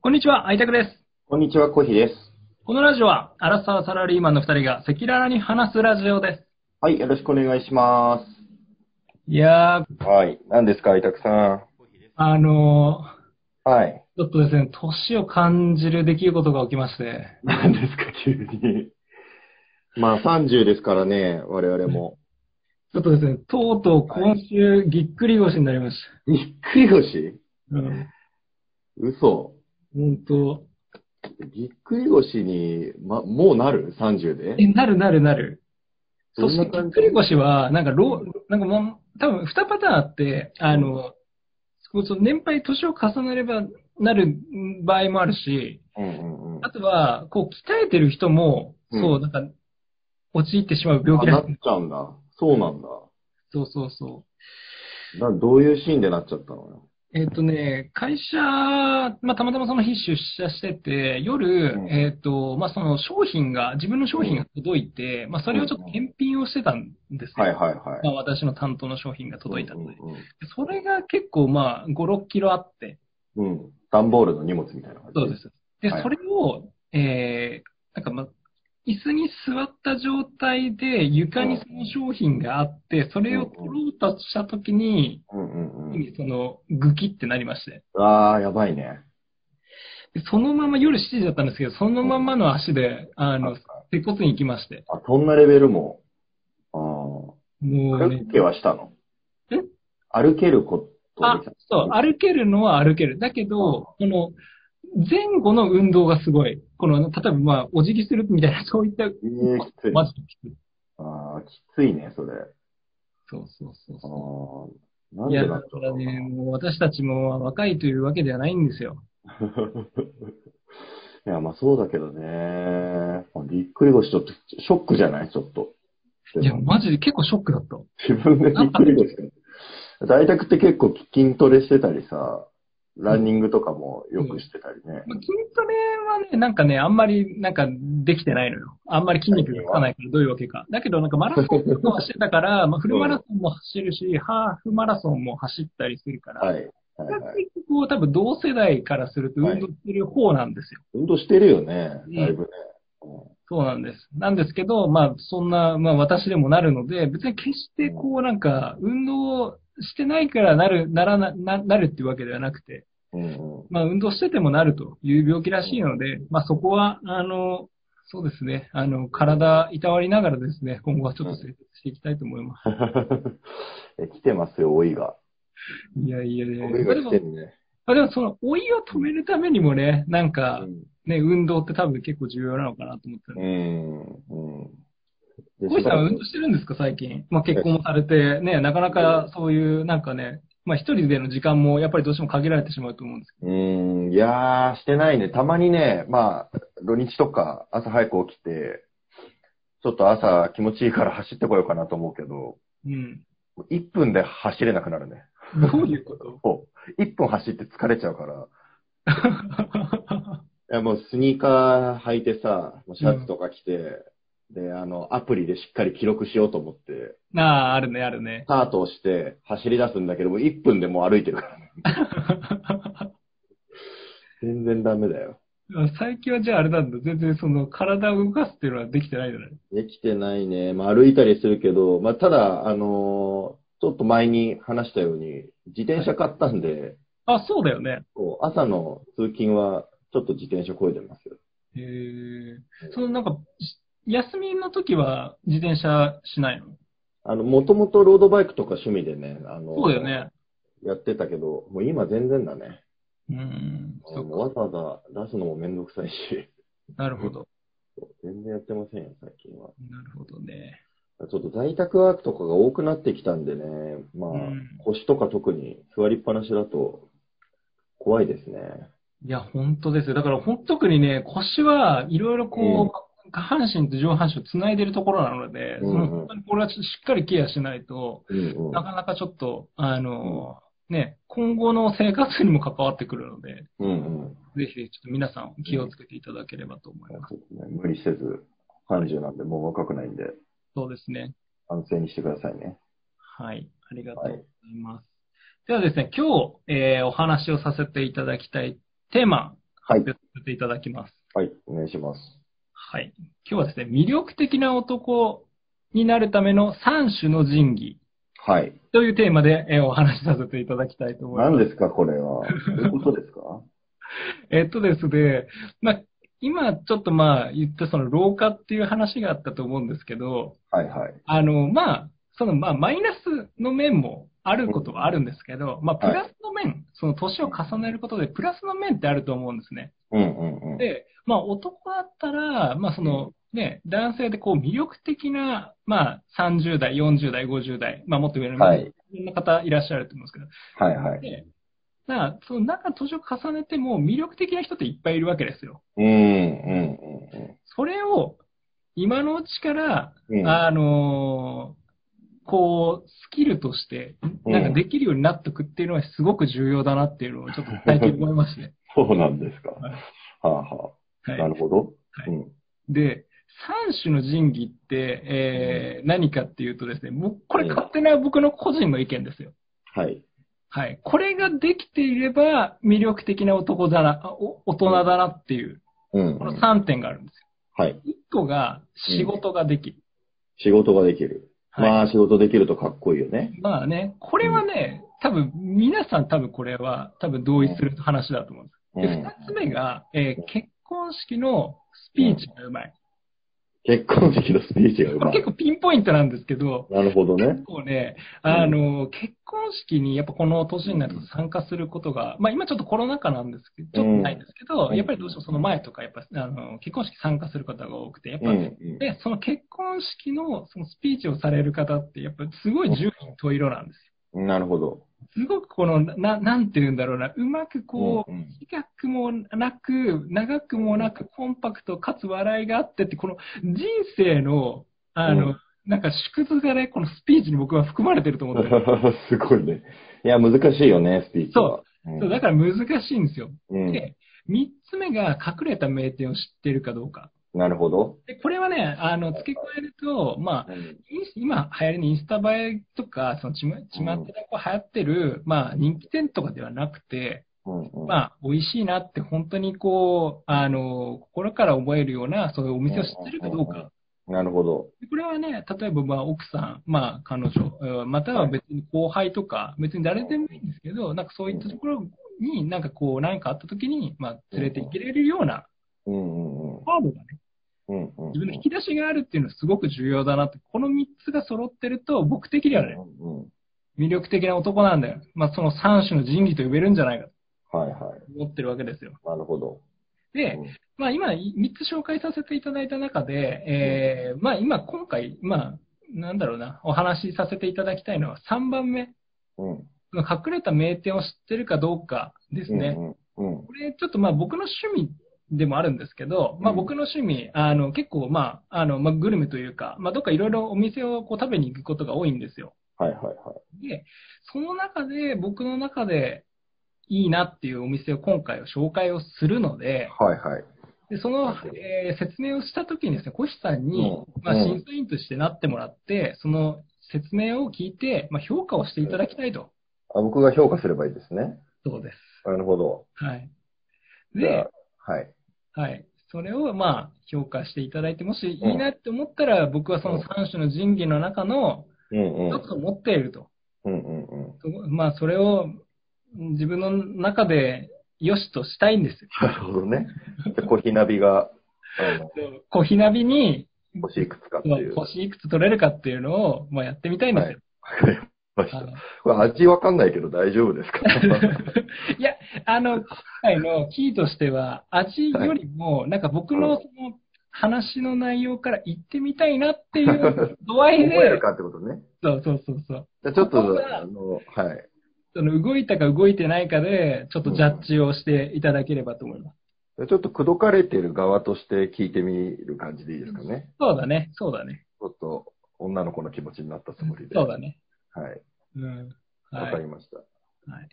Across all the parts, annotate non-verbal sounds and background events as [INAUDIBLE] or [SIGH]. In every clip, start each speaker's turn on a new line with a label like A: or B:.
A: こんにちは、愛拓です。
B: こんにちは、コヒです。
A: このラジオは、アラサーサラリーマンの二人が赤裸々に話すラジオで。
B: はい、よろしくお願いします
A: いやー、
B: す。はい、何ですか、いたくさん。
A: あの
B: はい。
A: ー、ちょっとですね、年を感じる出来事が起きまして、
B: 何ですか、急に。まあ、30ですからね、我々 [LAUGHS] も。
A: ちょっとですね、とうとう今週、ぎっくり腰になりまし
B: びっくり腰
A: た。うん。
B: 嘘。
A: 本当
B: びっくり腰に、ま、もうなる ?30 で
A: え、なるなるなる。
B: ど
A: そ
B: ん
A: して、
B: な
A: ぎっ
B: 感
A: く
B: じ
A: り腰は、なんか、ろう、なんかもう、多分二パターンあって、あの、こうその年配、年を重ねれば、なる場合もあるし、
B: うんうんうん。
A: あとは、こう、鍛えてる人も、
B: うん
A: そう、なんか、陥ってしまう病気な
B: あなんっ
A: です。
B: ちゃうんだ。そうなんだ。
A: そうそうそ
B: などういうシーンでなっちゃったのよ。
A: う。えっ、とね、会社、まあ、たまたまその日出社してて、夜、
B: うん
A: えっ、と、まあ、その商品が、自分の商品が届いて、まあ、それをちょっと返品をしてたんですよ。
B: はいはいはい。
A: まあ、私の担当の商品が届いたので。
B: うんうん
A: それが結構、まあ、5、6キロあって、
B: うん。うん段ボールの荷物みたいな感じ。
A: そうです。で、
B: はい
A: それを、えー、なんかま、椅子に座った状態で床にその商品があって、それを取ろうとしたときに、
B: うんうんうん。
A: その、ぐきってなりまして。
B: ああ、やばいね。
A: でそのまま夜7時だったんですけど、そのままの足で、あの、接骨院行きまして。
B: あ、そんなレベルも。あ
A: も
B: あ。
A: うね
B: 歩、けはしたの
A: え
B: 歩けること
A: あ
B: できた、
A: そう、歩けるのは歩ける。だけど、この、前後の運動がすごい。この、例えばまあ、お辞儀するみたいな、そういった、
B: えー、きつい。
A: マジできつい。
B: ああ、きついね、それ。
A: そうそうそう
B: あ
A: そう。
B: あ。なん
A: い
B: で
A: や、だ
B: なん
A: か
B: だ
A: ら
B: ろうな。
A: ね、もう私たちも若いというわけではないんですよ。
B: [LAUGHS] いや、まあそうだけどね。まあびっくり腰ちょっと、ショックじゃないちょっと。
A: いや、マジで結構ショックだった。
B: 自分でびっくり腰か。在宅って結構筋トレしてたりさ、ランニングとかもよくしてたりね。
A: まあ筋トレはね、なんかね、あんまり、なんか、できてないのよ。あんまり筋肉がつかないから、どういうわけか。だけど、なんかマラソンとかはしてた
B: [LAUGHS]
A: から、まあ、フルマラソンも走るし、ハーフマラソンも走ったりするから、
B: はい。は
A: 比
B: い
A: 較
B: はい。
A: 的こう、多分同世代からすると運動してる方なんですよ。
B: 運動してるよね、
A: うん
B: だいぶね。うん
A: そうなんです。なんですけど、まあ、そんな、まあ、私でもなるので、別に決して、こう、なんか、運動してないからなる、ならな、な、なるっていうわけではなくて、
B: うんうん [LAUGHS]
A: まあ、運動しててもなるという病気らしいので、まあ、そこは、あの、そうですね、あの、体、いたわりながらですね、今後はちょっと生活していきたいと思います。
B: え来てますよ、老いが。
A: いやいやいや。
B: 老いが
A: で
B: 来
A: も
B: て、るね。
A: まあでもその、老いを止めるためにもね、なん
B: う
A: か、
B: ん
A: ね、運動って多分結構重要なのかなと思って。
B: うん。うん。
A: 小石さんは運
B: で
A: 動してるんですか、最近。まあ、結婚もされて、ね、なかなかそういう、なんかね、まあ、一人での時間もやっぱりどうしても限られてしまうと思うんです
B: うん。いやー、してないね。たまにね、まあ、土日とか朝早く起きて、ちょっと朝気持ちいいから走ってこようかなと思うけど、
A: けど。うん。
B: 1分で走れなくなるね。
A: [LAUGHS] どういうこと
B: もう、1分走って疲れちゃうから。いや、もうスニーカー履いてさ、もうシャツとか着て、で、あの、アプリでしっかり記録しようと思って、
A: なあ、あるね、あるね
B: ス。タートをして走り出すんだけど、もう1分でもう歩いてるから。
A: [LAUGHS]
B: 全然ダメだよ。
A: 最近はじゃああれなんだ。全然その体を動かすっていうのはできてないじゃない
B: できてないね。まあ歩いたりするけど、まあただ、あのーちょっと前に話したように、自転車買ったんで、
A: あ、そうだよね。
B: こう朝の通勤はちょっと自転車こいでますよ。
A: へえ。そのなんか、し休みの時は自転車しないの
B: あの、もともとロードバイクとか趣味でね、あのー
A: そうだよね。
B: やってたけど、もう今全然だね。
A: うん。
B: あ
A: そ
B: の
A: う
B: わざわざ出すのもめんどくさいし、 [LAUGHS]
A: か。なるほど。
B: 全然やってませんよ、最近は。
A: なるほどね。
B: ちょっと在宅ワークとかが多くなってきたんでね、まあ、
A: うん
B: 腰とか特に座りっぱなしだと怖いですね。
A: いや、本当ですよ。だから本当特にね、腰はいろいろこう、下半身と上半身をつないでるところなので、そ
B: うん
A: の本当にこれはしっかりケアしないと、
B: うんうん
A: なかなかちょっと、あの、ね、今後の生活にも関わってくるので、
B: うんうん
A: ぜひ、ちょっと皆さん気をつけていただければと思います。
B: そうですね無理せず、30なんで、もう若くないんで、
A: そうですね。
B: 安静にしてくださいね。
A: はい。ありがとうご
B: は
A: ざい
B: い。
A: ます。ではですね、今日、えーお話をさせていただきたいテーマ、
B: はい
A: 発表させていただきます。
B: はい、お願いします。
A: はい。今日はですね、魅力的な男になるための3種の神器
B: はい。
A: というテーマで、えーお話しさせていただきたいと思います。
B: 何ですか、これは。どういうことですか
A: えっとですね、まあ、今ちょっとまあ言ったその老化っていう話があったと思うんですけど、
B: はいはい。
A: あの、まあ、そのまあマイナスの面もあることはあるんですけど、まあプラスの面、その年を重ねることでプラスの面ってあると思うんですね。
B: うんうんうん。
A: で、まあ男だったら、まあそのね、男性でこう魅力的な、まあ30代、40代、50代、まあもっと上の、
B: はい
A: いろんな方いらっしゃると思うんですけど、
B: はいはい。
A: で、まあ、その中、年を重ねても魅力的な人っていっぱいいるわけですよ。
B: うんうんうん
A: それを、今のうちから、
B: うん。うん
A: あのーこう、スキルとして、
B: うん
A: なんかできるようになっておくっていうのはすごく重要だなっていうのをちょっと最近思いまして、
B: [LAUGHS]
A: ね。
B: そうなんですか。
A: はい
B: はあはあ。な
A: は
B: るほど。
A: はい
B: うん。
A: い。で、三種の神器って、えー何かっていうとですね、もうこれ勝手な僕の個人の意見ですよ。
B: はい。
A: はい。これができていれば魅力的な男だな、お大人だなっていう、
B: うん
A: この
B: うん。
A: 3点があるんですよ
B: はい。
A: 一個が仕事ができる。
B: 仕事ができる。
A: はい
B: まあ、仕事できるとかっこいいよね。
A: まあね、これはね、多分皆さん多分これは多分同意する話だと思うんです。
B: う
A: で、
B: ん。
A: 二つ目が、えー結婚式のスピーチがうまい。
B: 結婚式のスピーチがう
A: これ
B: まい
A: 結。構ピンポイントなんですけど、
B: なるほどね
A: 結。構ね、あの、結婚式にやっぱこの年になると参加することが、まあ今ちょっとコロナ禍なんですけど、ちょっとないんですけど、
B: うん
A: やっぱりどうしてもその前とか、やっぱあの結婚式参加する方が多くて、やっ
B: うん
A: ぱ、
B: うん。
A: で、その結婚式のそのスピーチをされる方って、やっぱりすごい十人十色なんです
B: なるほど。
A: よ。すごくこの、な、なんて言うんだろうな、うまくこう、
B: うんうん
A: 短くもなく、長くもなく、コンパクト、かつ笑いがあってって、この人生の、あの、
B: うん
A: なんか縮図がね、このスピーチに僕は含まれてると思ってる。
B: [LAUGHS] すごいね。いや、難しいよね、スピーチは。
A: そうだ
B: か
A: から難しいんですよ。
B: ら、うん
A: で、三つ目が隠れた名店を知ってるかどうか。
B: なるほど。
A: で、これはね、あの、付け加えると、まあ、
B: うん
A: インス今流行りのインスタ映えとか、そのちまちまってこう流行ってる、まあ人気店とかではなくて、
B: うん
A: まあ美味しいなって本当にこう、あの、心から思えるような、そういうお店を知ってるかどう
B: うんうん
A: か。
B: なるほど。
A: でこれはね、例えばまあ奥さん、まあ彼女、うんまたは別に後輩とか、別に誰でもいいんですけど、なんかそういったところに、なんかこう、何かあった時に、まあ連れて行けれるような、
B: うんうんうん
A: カードがね、
B: うんうんうん。
A: 自分の引き出しがあるっていうのはすごく重要だなって、この3つが揃ってると、僕的にはね、
B: うんうん
A: 魅力的な男なんだよ。まあ、その三種の神器と呼べるんじゃないかと
B: はいはい。
A: 思ってるわけですよ。
B: なるほど。
A: で、まあ、今、い三つ紹介させていただいた中で、えー、まあ、今、今回、まあ、なんだろうな、お話しさせていただきたいのは3番目、
B: うん。
A: その隠れた名店を知ってるかどうかですね。
B: うんうんうん。
A: これ、ちょっとまあ、僕の趣味でもあるんですけど、まあ、
B: うん
A: 僕の趣味、あの、結構、まあ、あの、まあ、グルメというか、まあ、どっかいろいろお店をこう食べに行くことが多いんですよ。
B: はいはいは
A: で、その中で、僕の中でいいなっていうお店を今回紹介をするので、
B: い。はいはい。
A: でその、えー説明をしたときにですね、コシさんに、
B: うん
A: まあ、
B: うん
A: 審査員としてなってもらって、その説明を聞いて、まあ、評価をしていただきたいと。
B: あ僕が評価すればいいですね。
A: そうです。
B: なるほど。
A: はい。
B: じゃ
A: で、
B: あはい。
A: はい。それを、まあ、評価していただいて、もしいいなって思ったら、僕はその3種の神器の中の
B: うんうん。
A: 1つを持っていると。
B: うんうん
A: [LAUGHS]
B: うん。
A: そこまあ、それを自分の中で良しとしたいんですよ。
B: なるほどね。でコヒナビが、あの、
A: こう、ひなびに、
B: 星いくつかって
A: まあ
B: いう。
A: 星いくつ取れるかっていうのを、まあ、やってみたいんですよ。
B: わかりました
A: あの
B: これ味わかんないけど大丈夫ですか
A: いや、あの、今回のキーとしては、味よりも、なんか僕のその話の内容から言ってみたいなって
B: [LAUGHS]
A: いう度合い
B: 覚え
A: で
B: る、かってことね。
A: そうそうそうそう。
B: じゃあちょっと、
A: ここが
B: あの、はい。
A: その動いたか動いてないかで、ちょっとジャッジをしていただければと思います。
B: じゃあちょっと口説かれてる側として聞いてみる感じでいいですかね。
A: そうだね、そうだね、
B: ちょっと、女の子の気持ちになったつもりで。
A: そうだね。
B: はい。
A: うん。
B: わ
A: はい
B: か。りました。
A: はい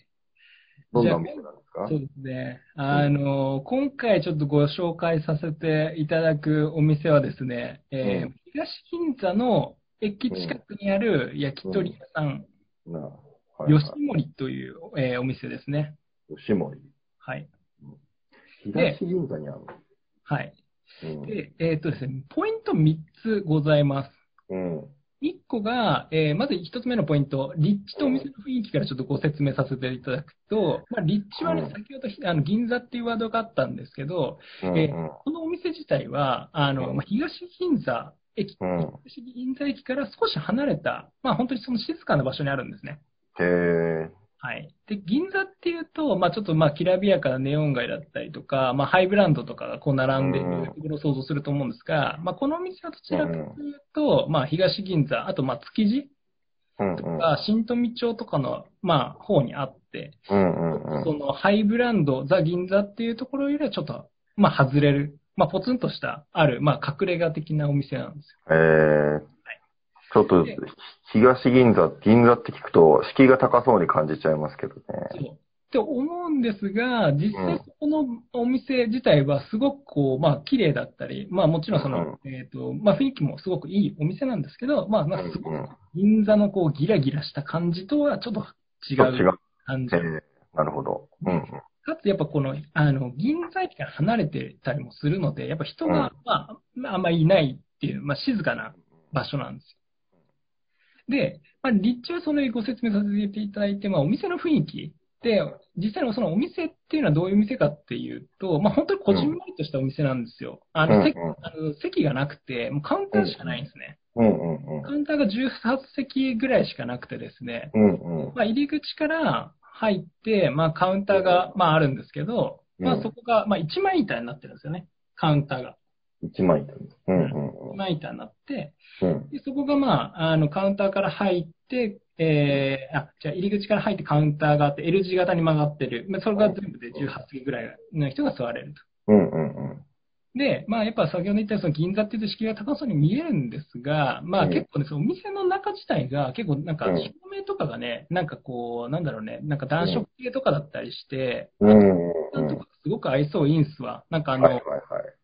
B: どんなお店なんですか
A: そうですね。あの、今回ちょっとご紹介させていただくお店はですね、えー
B: うん
A: 東銀座の駅近くにある焼き鳥屋さん、
B: なあ、はいはい
A: 吉森という、えーお店ですね。
B: 吉森。
A: はい。
B: 東銀座にある
A: はい。
B: の。
A: で、えーっとですね、ポイント3つございます。
B: うん。うん。
A: 1個が、えーまず1つ目のポイント、立地とお店の雰囲気からちょっとご説明させていただくと、まあ、立地はね、
B: うん
A: 先ほどひあの銀座っていうワードがあったんですけど、
B: うん
A: えこのお店自体は、あの
B: うん
A: まあ、東銀座駅、
B: うん。うん。
A: 東銀座駅から少し離れた、まあ、本当にその静かな場所にあるんですね。
B: へえ。
A: はい。で、銀座っていうと、まあちょっとまあきらびやかなネオン街だったりとか、まあハイブランドとかがこう並んでいるところを想像すると思うんですが、まあこのお店はどちらかというと、まあ東銀座、あとまあ築地
B: うん
A: と
B: うん。
A: か新富町とかのまあ方にあって、
B: うんうんう
A: そのハイブランド、ザ・銀座っていうところよりはちょっとまあ外れる、まあポツンとしたある、まあ隠れ家的なお店なんですよ。
B: ん。えー。ちょっと、東銀座、銀座って聞くと、敷居が高そうに感じちゃいますけどね。
A: そう。って思うんですが、実際そこのお店自体はすごくこう、まあ綺麗だったり、まあもちろんその、えっ、と、まあ雰囲気もすごくいいお店なんですけど、まあまあすご
B: う
A: く
B: んうん
A: 銀座のこうギラギラした感じとはちょっと違
B: ちょっと違
A: う
B: う。
A: 感じ。
B: えーなるほど。うんうん。
A: かつやっぱこの、あの、銀座駅から離れてたりもするので、やっぱ人が、まあ、まあ、あんまりいないっていう、まあ静かな場所なんですよ。で、まあ、立地はそのご説明させていただいて、まあ、お店の雰囲気で、実際のそのお店っていうのはどういう店かっていうと、まあ、本当にこじんまりとしたお店なんですよ。あ
B: う
A: の、
B: ん
A: 席、あの席がなくて、もうカウンターしかないんですね。
B: うんうんうん。
A: カウンターが18席ぐらいしかなくてですね、
B: うんうん。
A: まあ、入り口から入って、まあ、カウンターが、まあ、あるんですけど、ま
B: う
A: あ、
B: ん
A: そこが、まあ、一枚板になってるんですよね。カウンターが。
B: 一枚板。うんうん
A: 一枚板になって、
B: うん。うん
A: でそこが、まあ、あの、カウンターから入って、えー、あ、じゃあ入り口から入ってカウンターがあって、L 字型に曲がってる。まあ、それが全部で18席ぐらいの人が座れると。
B: うんうん
A: で、まあ、やっぱ先ほど言ったようにその銀座っていう敷居が高そうに見えるんですが、ま
B: う
A: あ
B: ん
A: 結構ね、そのお店の中自体が結構なんか
B: うん
A: 照明とかがね、なんかこう、なんだろうね、なんか暖色系とかだったりして、
B: うん。うんう
A: なんん
B: う
A: と
B: ん。
A: かすごく合いそういいんすわ。なんかあ
B: はいはい
A: の、
B: は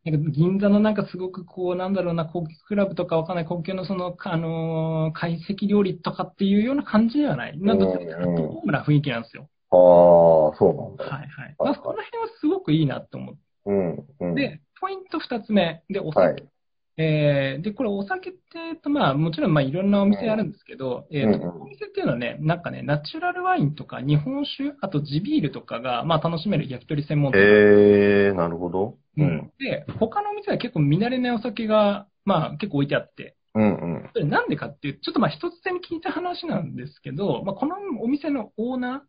B: い。
A: なんか銀座のなんかすごくこう、なんだろうな、高級クラブとかわかんない、高級のその、あのー、懐石料理とかっていうような感じではない。なんかどちらかというとホームな雰囲気なんですよ。
B: ああ、そうなん
A: はい
B: だ。
A: はい。まあ、この辺はすごくいいなと思っ
B: うんうん。
A: て。で、ポイント二つ目。で、お酒
B: はい。
A: えーで、これお酒って、えっとまあ、もちろん、まあ、いろんなお店あるんですけど、えーと
B: うんうん
A: このお店っていうのはね、なんかね、ナチュラルワインとか日本酒、あと地ビールとかが、まあ、楽しめる焼き鳥専門店。
B: えー、なるほど。
A: う。ん、で、他のお店は結構見慣れないお酒が、まあ、結構置いてあって、
B: うんうん。
A: それなんでかっていう、ちょっとまあ、一つ手に聞いた話なんですけど、まあ、このお店のオーナー、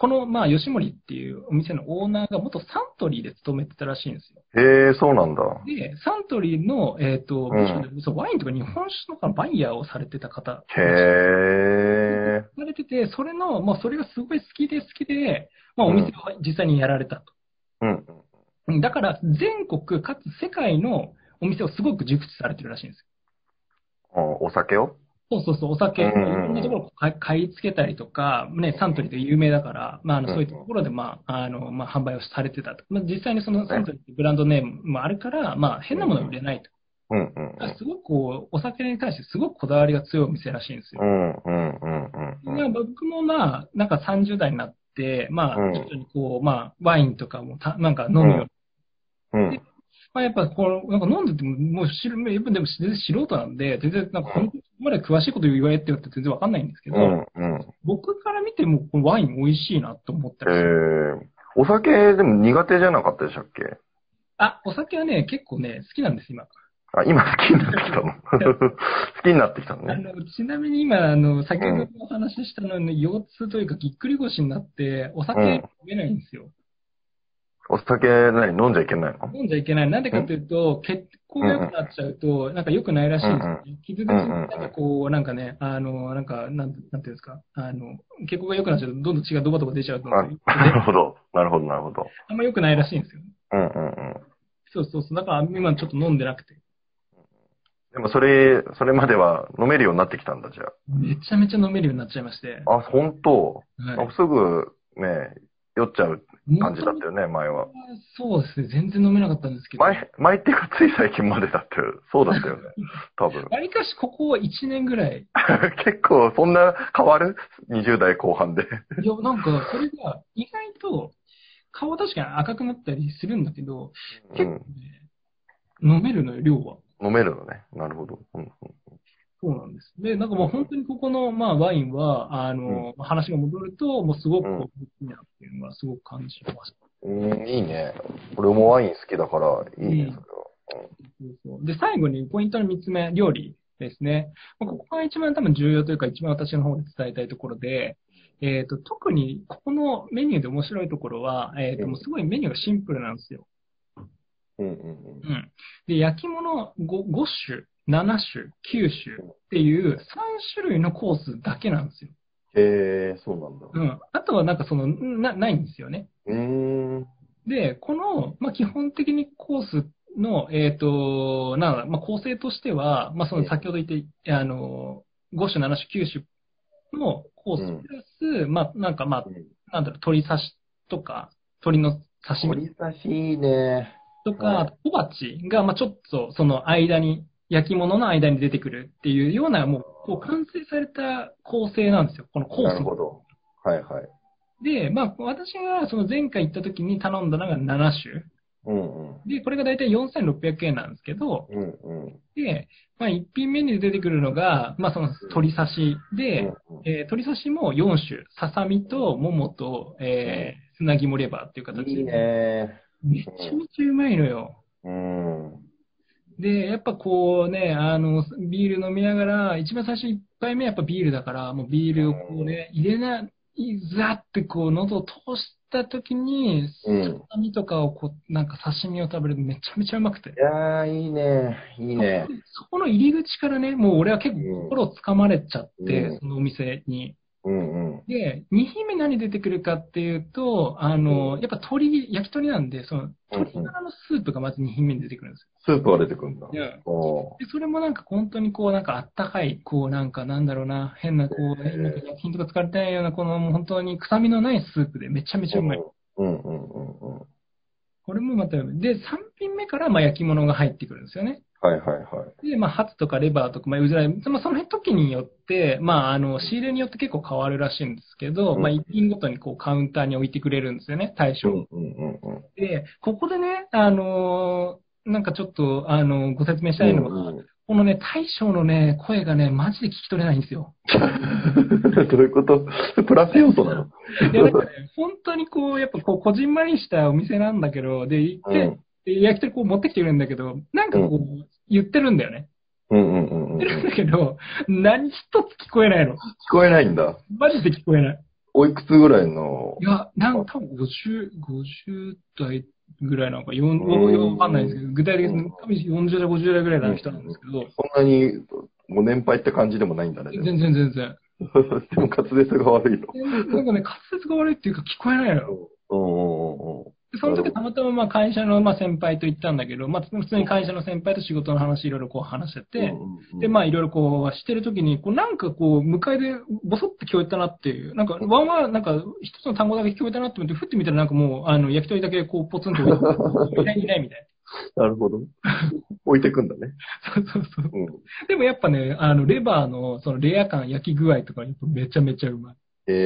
A: この、まあ、吉森っていうお店のオーナーが元サントリーで勤めてたらしいんですよ。
B: えー、そうなんだ。
A: で、サントリーの、えっ、と、
B: うん
A: 部署で、そうワインとか日本酒とかのバイヤーをされてた方。
B: へ
A: されてて、それの、まあ、それがすごい好きで好きで、まあ、お店を実際にやられたと。
B: ー。うん。
A: うんだから、全国かつ世界のお店をすごく熟知されてるらしいんです
B: あお酒を
A: よ。そうそうそう、お酒、い
B: うんうんうん
A: ろんなところを買い買い付けたりとか、ね、サントリーで有名だから、まあ、あの
B: うん
A: そういったところで、まあ、あの、まあ、販売をされてたと。まあ、実際にそのサントリーってブランドネームもあるから、まあ、変なものは売れないと。
B: うんうんうん。
A: すごくこう、お酒に対してすごくこだわりが強いお店らしいんです
B: う
A: よ。
B: んうんうんうん
A: で
B: うん。
A: 僕もまあ、なんか30代になって、まあ、
B: うん
A: 徐々にこう、まあ、ワインとかもたなんか飲むように、
B: うんうん
A: まあ、やっぱこう、なんか飲んでても、もう知る、やっぱでも全然素人なんで、全然なんかこのここまで詳しいこと言われって言われて全然わかんないんですけど、
B: うんうん。
A: 僕から見てもこのワイン美味しいなと思った
B: え
A: りして、
B: ー、お酒でも苦手じゃなかったでしたっけ
A: あ、お酒はね、結構ね、好きなんです、今。
B: あ、今好きになってきたの。好きになってきたの
A: あ
B: ね。
A: のちなみに今、あの先ほどお話ししたのに、腰痛というか、ぎっくり腰になって、お酒
B: うん
A: 飲めないんですよ。
B: お酒何飲んじゃいけないの
A: 飲んじゃいけない。なんでかというと、血行が良くなっちゃうと、なんか良くないらしいんですよね。傷口になんかこう、なんかね、あの、なんか、なんなんていうんですか、あの、血行が良くなっちゃうと、どんどん血がドバドバ出ちゃうと思うんです
B: あ、
A: よ、
B: な
A: で
B: るほど。なるほど、なるほど。
A: あんま良くないらしいんですよ。
B: うんうんうん。
A: そうそうそう。だから今ちょっと飲んでなくて。
B: でもそれ、それまでは飲めるようになってきたんだ、じゃ
A: めちゃめちゃ飲めるようになっちゃいまして。
B: あ。あ、本当、
A: はい
B: あすぐね、酔っちゃう感じだったよね、前は。
A: そうですね。全然飲めなかったんですけど。
B: 前、前っていうかつい最近までだって、そうだった [LAUGHS] よね。多分。
A: わりかしここ1年ぐらい、
B: 結構そんな変わる ?20 代後半で。
A: いや、なんか、それが、意外と、顔は確かに赤くなったりするんだけど、
B: う
A: 結構ね
B: ん。、
A: 飲めるのよ、量は。
B: 飲めるのね。なるほど。うん。うん
A: そうなんです。で、なんかもう本当にここの、まあ、ワインは、あの、話が戻ると、もうすごくこう
B: う
A: いい
B: ん
A: なっていうのはすごく感じました。
B: うん、いいね。俺もワイン好きだから、いいね、そ
A: そうそうで、最後にポイントの3つ目、料理ですね。まあここが一番多分重要というか、一番私の方で伝えたいところで、えっ、と、特にここのメニューで面白いところは、えっ、と、
B: うん
A: もうすごいメニューがシンプルなんですよ。
B: れは。うんうん
A: うん。で、焼き物 5, 5種、7種、9種っていう3種類のコースだけなんですよ。
B: うん。へえ、そうなん
A: う
B: だ。
A: ん。あとはなんかその、な、ないんですよね。
B: うーん。
A: で、この、まあ、基本的にコースの、えっ、と、なんだろうまあ、構成としては、まあ、その先ほど言って、あの、5種、7種、9種のコースプラス、まあ、なんかまあ、なんだろう、鶏刺しとか、鶏の刺身
B: 鳥刺しいいね。
A: とか、
B: は
A: あ
B: い
A: と小鉢が、まあ、ちょっとその間に、焼き物の間に出てくるっていうような、もう、こう完成された構成なんですよ。このコース
B: な
A: の
B: るほど。はいはい。
A: で、まあ、私がその前回行った時に頼んだのが7種。
B: うんうん。
A: で、これが大体4600円なんですけど、
B: うんうん。
A: で、まあ、一品メニューで出てくるのが、まあ、その鶏刺しで、
B: うん
A: えー鶏刺しも4種、ささみと、ももと、えー、つなぎもレバーっていう
B: うん
A: 形で、
B: いいね。
A: めちゃめちゃうまいのよ。
B: うん。
A: で、やっぱこうね、あの、ビール飲みながら、一番最初一杯目やっぱビールだから、もうビールをこうね、入れな、ザってこう喉を通した時に、
B: うん
A: ささみとかをこう、なんか刺身を食べるとめちゃめちゃうまくて
B: い。やー、いいね。いいね。 [LAUGHS]
A: そこの入り口からね、もう俺は結構心をつかまれちゃって、
B: うん
A: そのお店に。
B: うんうん。
A: で、2品目何出てくるかっていうと、あの、やっぱ鶏、焼き鳥なんで、その、鶏ガラのスープがまず2品目に出てくるんですよ。
B: スープが出てくるんだ。
A: うん
B: お
A: で、それもなんか本当にこう、なんかあったかい、こう、なんかなんだろうな、変なこう、
B: えー
A: なんか薬品とか使われてないような、このもう本当に臭みのないスープでめちゃめちゃうまい。
B: うんうんうんうん。
A: これもまたうまい、で、3品目からまあ焼き物が入ってくるんですよね。
B: はいはいはい。
A: で、まあ、ハツとかレバーとか、まあ、うずら、まあ、その辺時によって、まあ、あの、仕入れによって結構変わるらしいんですけど、
B: うん
A: まあ、一品ごとにこう、カウンターに置いてくれるんですよね、対
B: う
A: 象。
B: んうんうんうん。
A: で、ここでね、あのーなんかちょっと、あのーご説明したいのが、
B: うんうん
A: このね、大将のね、声がね、マジで聞き取れないんですよ。
B: どういうことプラス要素なの
A: いや、なん
B: [LAUGHS]
A: かね、本当にこう、やっぱこう、こじんまりしたお店なんだけど、で、行っ
B: う
A: て
B: ん、
A: で焼き鳥こう持ってきてくれるんだけど、なんかこう、言ってるんだよね。
B: うんうんうんう
A: 言っ
B: ん。
A: てるん
B: 聞
A: だけど、何一つ聞こえないの。
B: こえないんだ。
A: マジで聞こえない。
B: おいくつぐらいの
A: い。や、なんか多分50、50代ぐらいなんか、4、
B: うん
A: わかんないですけど、具体的に多分40代、50代ぐらいの人なんですけど、
B: そんなにご年配って感じでもないんだね。で
A: 全
B: も
A: 然全然全然。
B: でも滑舌が悪いの。
A: なんかね、滑舌が悪いっていうか聞こえないのよ。
B: うんうんうんうん。
A: でその時たまたままあ会社のまあ先輩と行ったんだけど、まあ普通に会社の先輩と仕事の話いろいろこう話してて、で、まあいろいろこうしてる時に、こうなんかこう、向かいでボソって聞こえたなっていう、なんかワンワン、なんか一つの単語だけ聞こえたなって思って、ふって見たらなんかもう、あの、焼き鳥だけこうポツンと置いてあるいないいないみたいな。
B: [LAUGHS] なるほど。置いてくんだね。
A: そうそうそう。
B: うん。
A: でもやっぱね、あの、レバーの、そのレア感、焼き具合とか、やっぱめちゃめちゃうまい。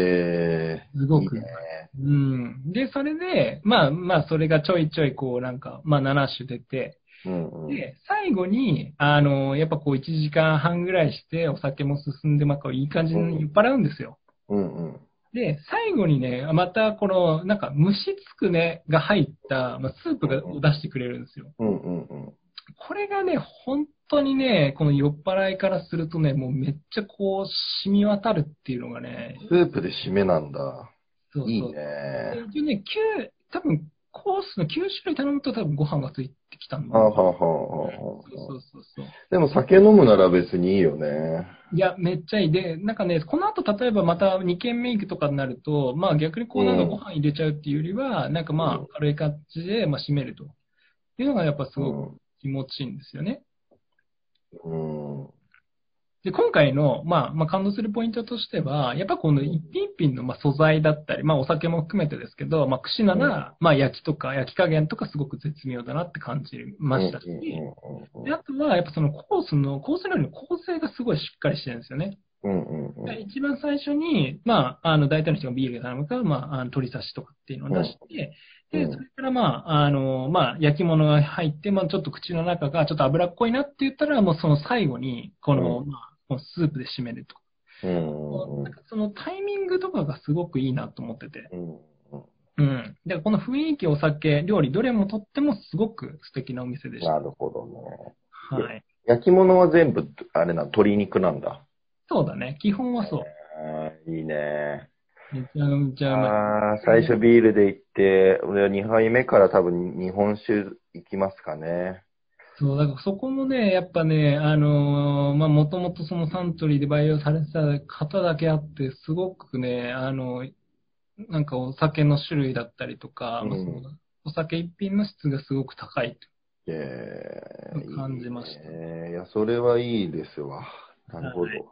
B: え
A: す
B: ー。
A: ご
B: いい
A: くう
B: ね
A: まい。うん。で、それで、まあまあ、それがちょいちょい、こう、なんか、まあ、7種出て、
B: うんうん。
A: で、最後に、あの、やっぱこう、1時間半ぐらいして、お酒も進んで、まあ、こう、いい感じに酔っ払うんですよ。
B: うんうん。
A: で、最後にね、また、この、なんか、蒸しつくね、が入った、まあ、スープがを出してくれるんですよ。
B: うんうんうん。
A: これがね、本当にね、この酔っ払いからするとね、もうめっちゃこう、染み渡るっていうのがね、
B: スープで締めなんだ。
A: そうそう。
B: いい
A: で
B: ね。
A: 一応ね、9、多分コースの9種類頼むと多分ご飯がついてきたん
B: は
A: だ。
B: あはあ
A: そ
B: はあは
A: うそ
B: あはあ
A: うそうそう。
B: でも酒飲むなら別にいいよね。
A: いや、めっちゃいい。で、なんかね、この後例えばまた2軒目行くとかになると、まあ逆にこうなんか
B: うん
A: ご飯入れちゃうっていうよりは、なんかま
B: う
A: あ
B: ん
A: 軽い感じで、まあ締めると。っていうのがやっぱす
B: う
A: ごく
B: ん。
A: 気持ちいいんですよね。
B: うん。
A: で、今回の、まあ、まあ、感動するポイントとしては、やっぱこの一品一品の、まあ、素材だったり、まあ、お酒も含めてですけど、まあ、串なら、まあ、焼きとか、焼き加減とかすごく絶妙だなって感じましたし、
B: うんうんうんうん
A: で、あとは、やっぱそのコースの、コース料理の構成がすごいしっかりしてるんですよね。
B: うんうんうん。
A: 一番最初に、まあ、あの、大体の人がビールを頼むか、まあ、あの鶏刺しとかっていうのを出して、
B: うん
A: で、それからまあ、あの、まあ、焼き物が入って、まあ、ちょっと口の中がちょっと脂っこいなって言ったら、もうその最後に、この、
B: う
A: まあ、このスープで締めると。
B: うんうん
A: なんかそのタイミングとかがすごくいいなと思ってて。
B: うんうん
A: うん。だからこの雰囲気、お酒、料理、どれもとってもすごく素敵なお店でした。
B: なるほどね。
A: はい。
B: 焼き物は全部、あれな、鶏肉なんだ。
A: そうだね。基本はそう。
B: あーいいね。
A: めちゃめちゃうまい。
B: あー最初ビールで行って、俺は2杯目から多分日本酒行きますかね。
A: そう、だからそこもね、やっぱね、あのーまあ、もともとそのサントリーで培養されてた方だけあって、すごくね、あの、なんかお酒の種類だったりとか、
B: うん
A: まあそのお酒一品の質がすごく高い。
B: えー
A: 感じました
B: いいねいや、それはいいですわ。なるほど。
A: はい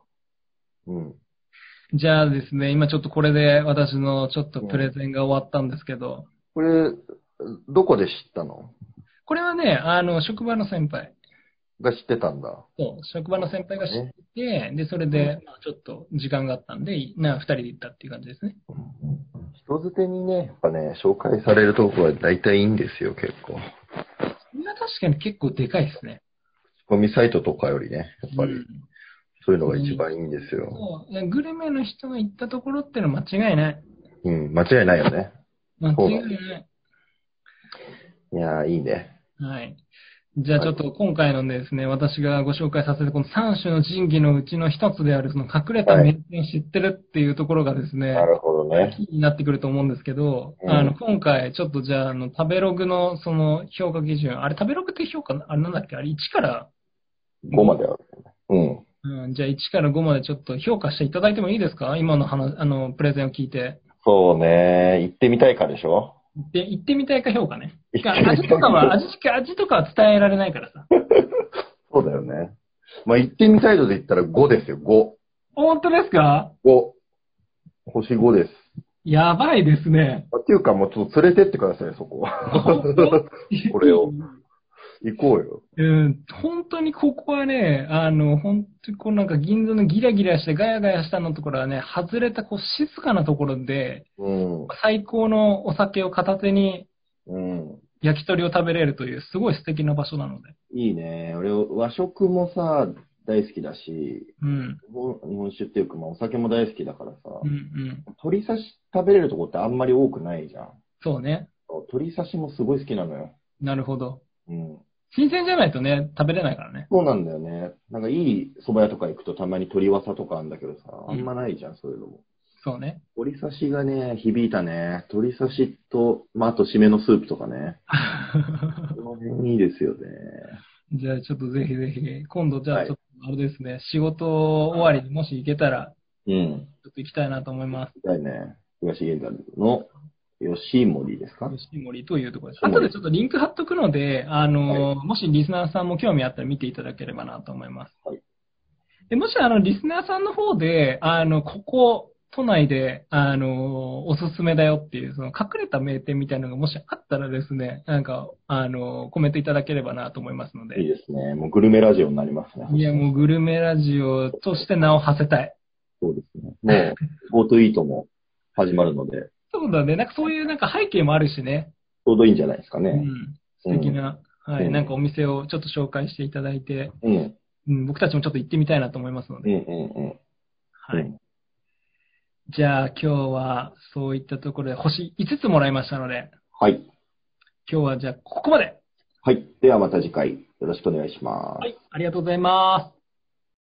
B: うん。
A: じゃあですね、今ちょっとこれで私のちょっとプレゼンが終わったんですけど、
B: これ、どこで知ったの
A: これはね、あの、職場の先輩、
B: が知ってたんだ。
A: そう、職場の先輩が知って、で、それで、まあ、ちょっと時間があったんで、な、二人で行ったっていう感じですね。
B: 人づてにね、やっぱね、紹介されるとこは大体いいんですよ、結構。
A: それは確かに結構でかいですね。
B: 口コミサイトとかよりね、やっぱり、
A: うん
B: そういうのが一番いいんですよ。
A: そう、グルメの人が行ったところってのは間違いない。
B: うん、間違いないよね。
A: 間
B: そう
A: 違
B: だ
A: いない。
B: いやー、いいね。
A: はい。じゃあちょっと今回のですね、私がご紹介させて、この3種の神器のうちの一つである、その隠れた名店を知ってるっていうところがですね、
B: なるほどね。
A: キーになってくると思うんですけど、
B: うん
A: あの、今回、ちょっとじゃあ、あの、食べログのその評価基準、あれ、食べログって評価、あれなんだっけあれ、1から、
B: 5まである。うん。
A: うん、じゃあ1から5までちょっと評価していただいてもいいですか今の話、あの、プレゼンを聞いて。
B: そうね。行ってみたいかでしょ
A: で、行ってみたいか評価ね。
B: 行ってみたい
A: 味とか
B: [LAUGHS]
A: は、味しか、味とかは伝えられないからさ。
B: そうだよね。まあ、行ってみたい度で言ったら5ですよ、5。
A: 本当ですか
B: 5。星5です。
A: やばいですね。
B: あっていうか、もうちょっと連れてってください、そこ。 [LAUGHS] これを。行こうよ。
A: [LAUGHS] うん、本当にここはね、あの、本当にこうなんか銀座のギラギラしてガヤガヤしたのところはね、外れたこう静かなところで、
B: うん。
A: 最高のお酒を片手に
B: うん。
A: 焼き鳥を食べれるという、すごい素敵な場所なので。
B: いいね。俺、和食もさ、大好きだし、
A: うん、
B: 日本酒っていうか、まあ、お酒も大好きだからさ、
A: うん、うん。
B: 鶏刺し食べれるとこってあんまり多くないじゃん。
A: そうね。
B: 鶏刺しもすごい好きなのよ。
A: なるほど。
B: うん。
A: 新鮮じゃないとね、食べれないからね。
B: そうなんだよね。なんかいい蕎麦屋とか行くとたまに鶏わさとかあるんだけどさ、
A: うん
B: あんまないじゃん、そういうのも。
A: そうね。
B: 鶏刺しがね、響いたね。鶏刺しと、まあ、あと締めのスープとかね。この辺いいですよね。
A: じゃあちょっとぜひぜひ、今度じゃ
B: は
A: あ
B: い
A: ちょっとあれですね、仕事終わりにもし行けたら、
B: うん。
A: ちょっと行きたいなと思います。
B: だいね。東玄関の吉森ですか
A: 吉森というところです。
B: 吉
A: 後
B: 森
A: でちょっとリンク貼っとくので、あの、もしリスナーさんも興味あったら見ていただければなと思います。
B: はい
A: でもしあの、リスナーさんの方で、あの、ここ、都内で、あの、おすすめだよっていう、その隠れた名店みたいなのがもしあったらですね、なんか、あの、コメントいただければなと思いますので
B: いい。ですね。もうグルメラジオになりますね。
A: いや、もうグルメラジオとして名を馳せたい。
B: そうですね。もう、GoTo イートも始まるので、
A: そうだね。なんかそういうなんか背景もあるしね。
B: ちょうどいいんじゃないですか
A: う
B: ね。
A: ん。素敵な、は
B: う
A: い。
B: ん
A: なんかお店をちょっと紹介していただいて、
B: うん。うん、
A: うん、僕たちもちょっと行ってみたいなと思いますの
B: う
A: で。
B: ん、うん。
A: は
B: う
A: い
B: ん。
A: じゃあ今日はそういったところで星5つもらいましたので、
B: はい。
A: 今日はじゃあここまで。
B: はい。ではまた次回よろしくお願いします。
A: はい。ありがとうございます。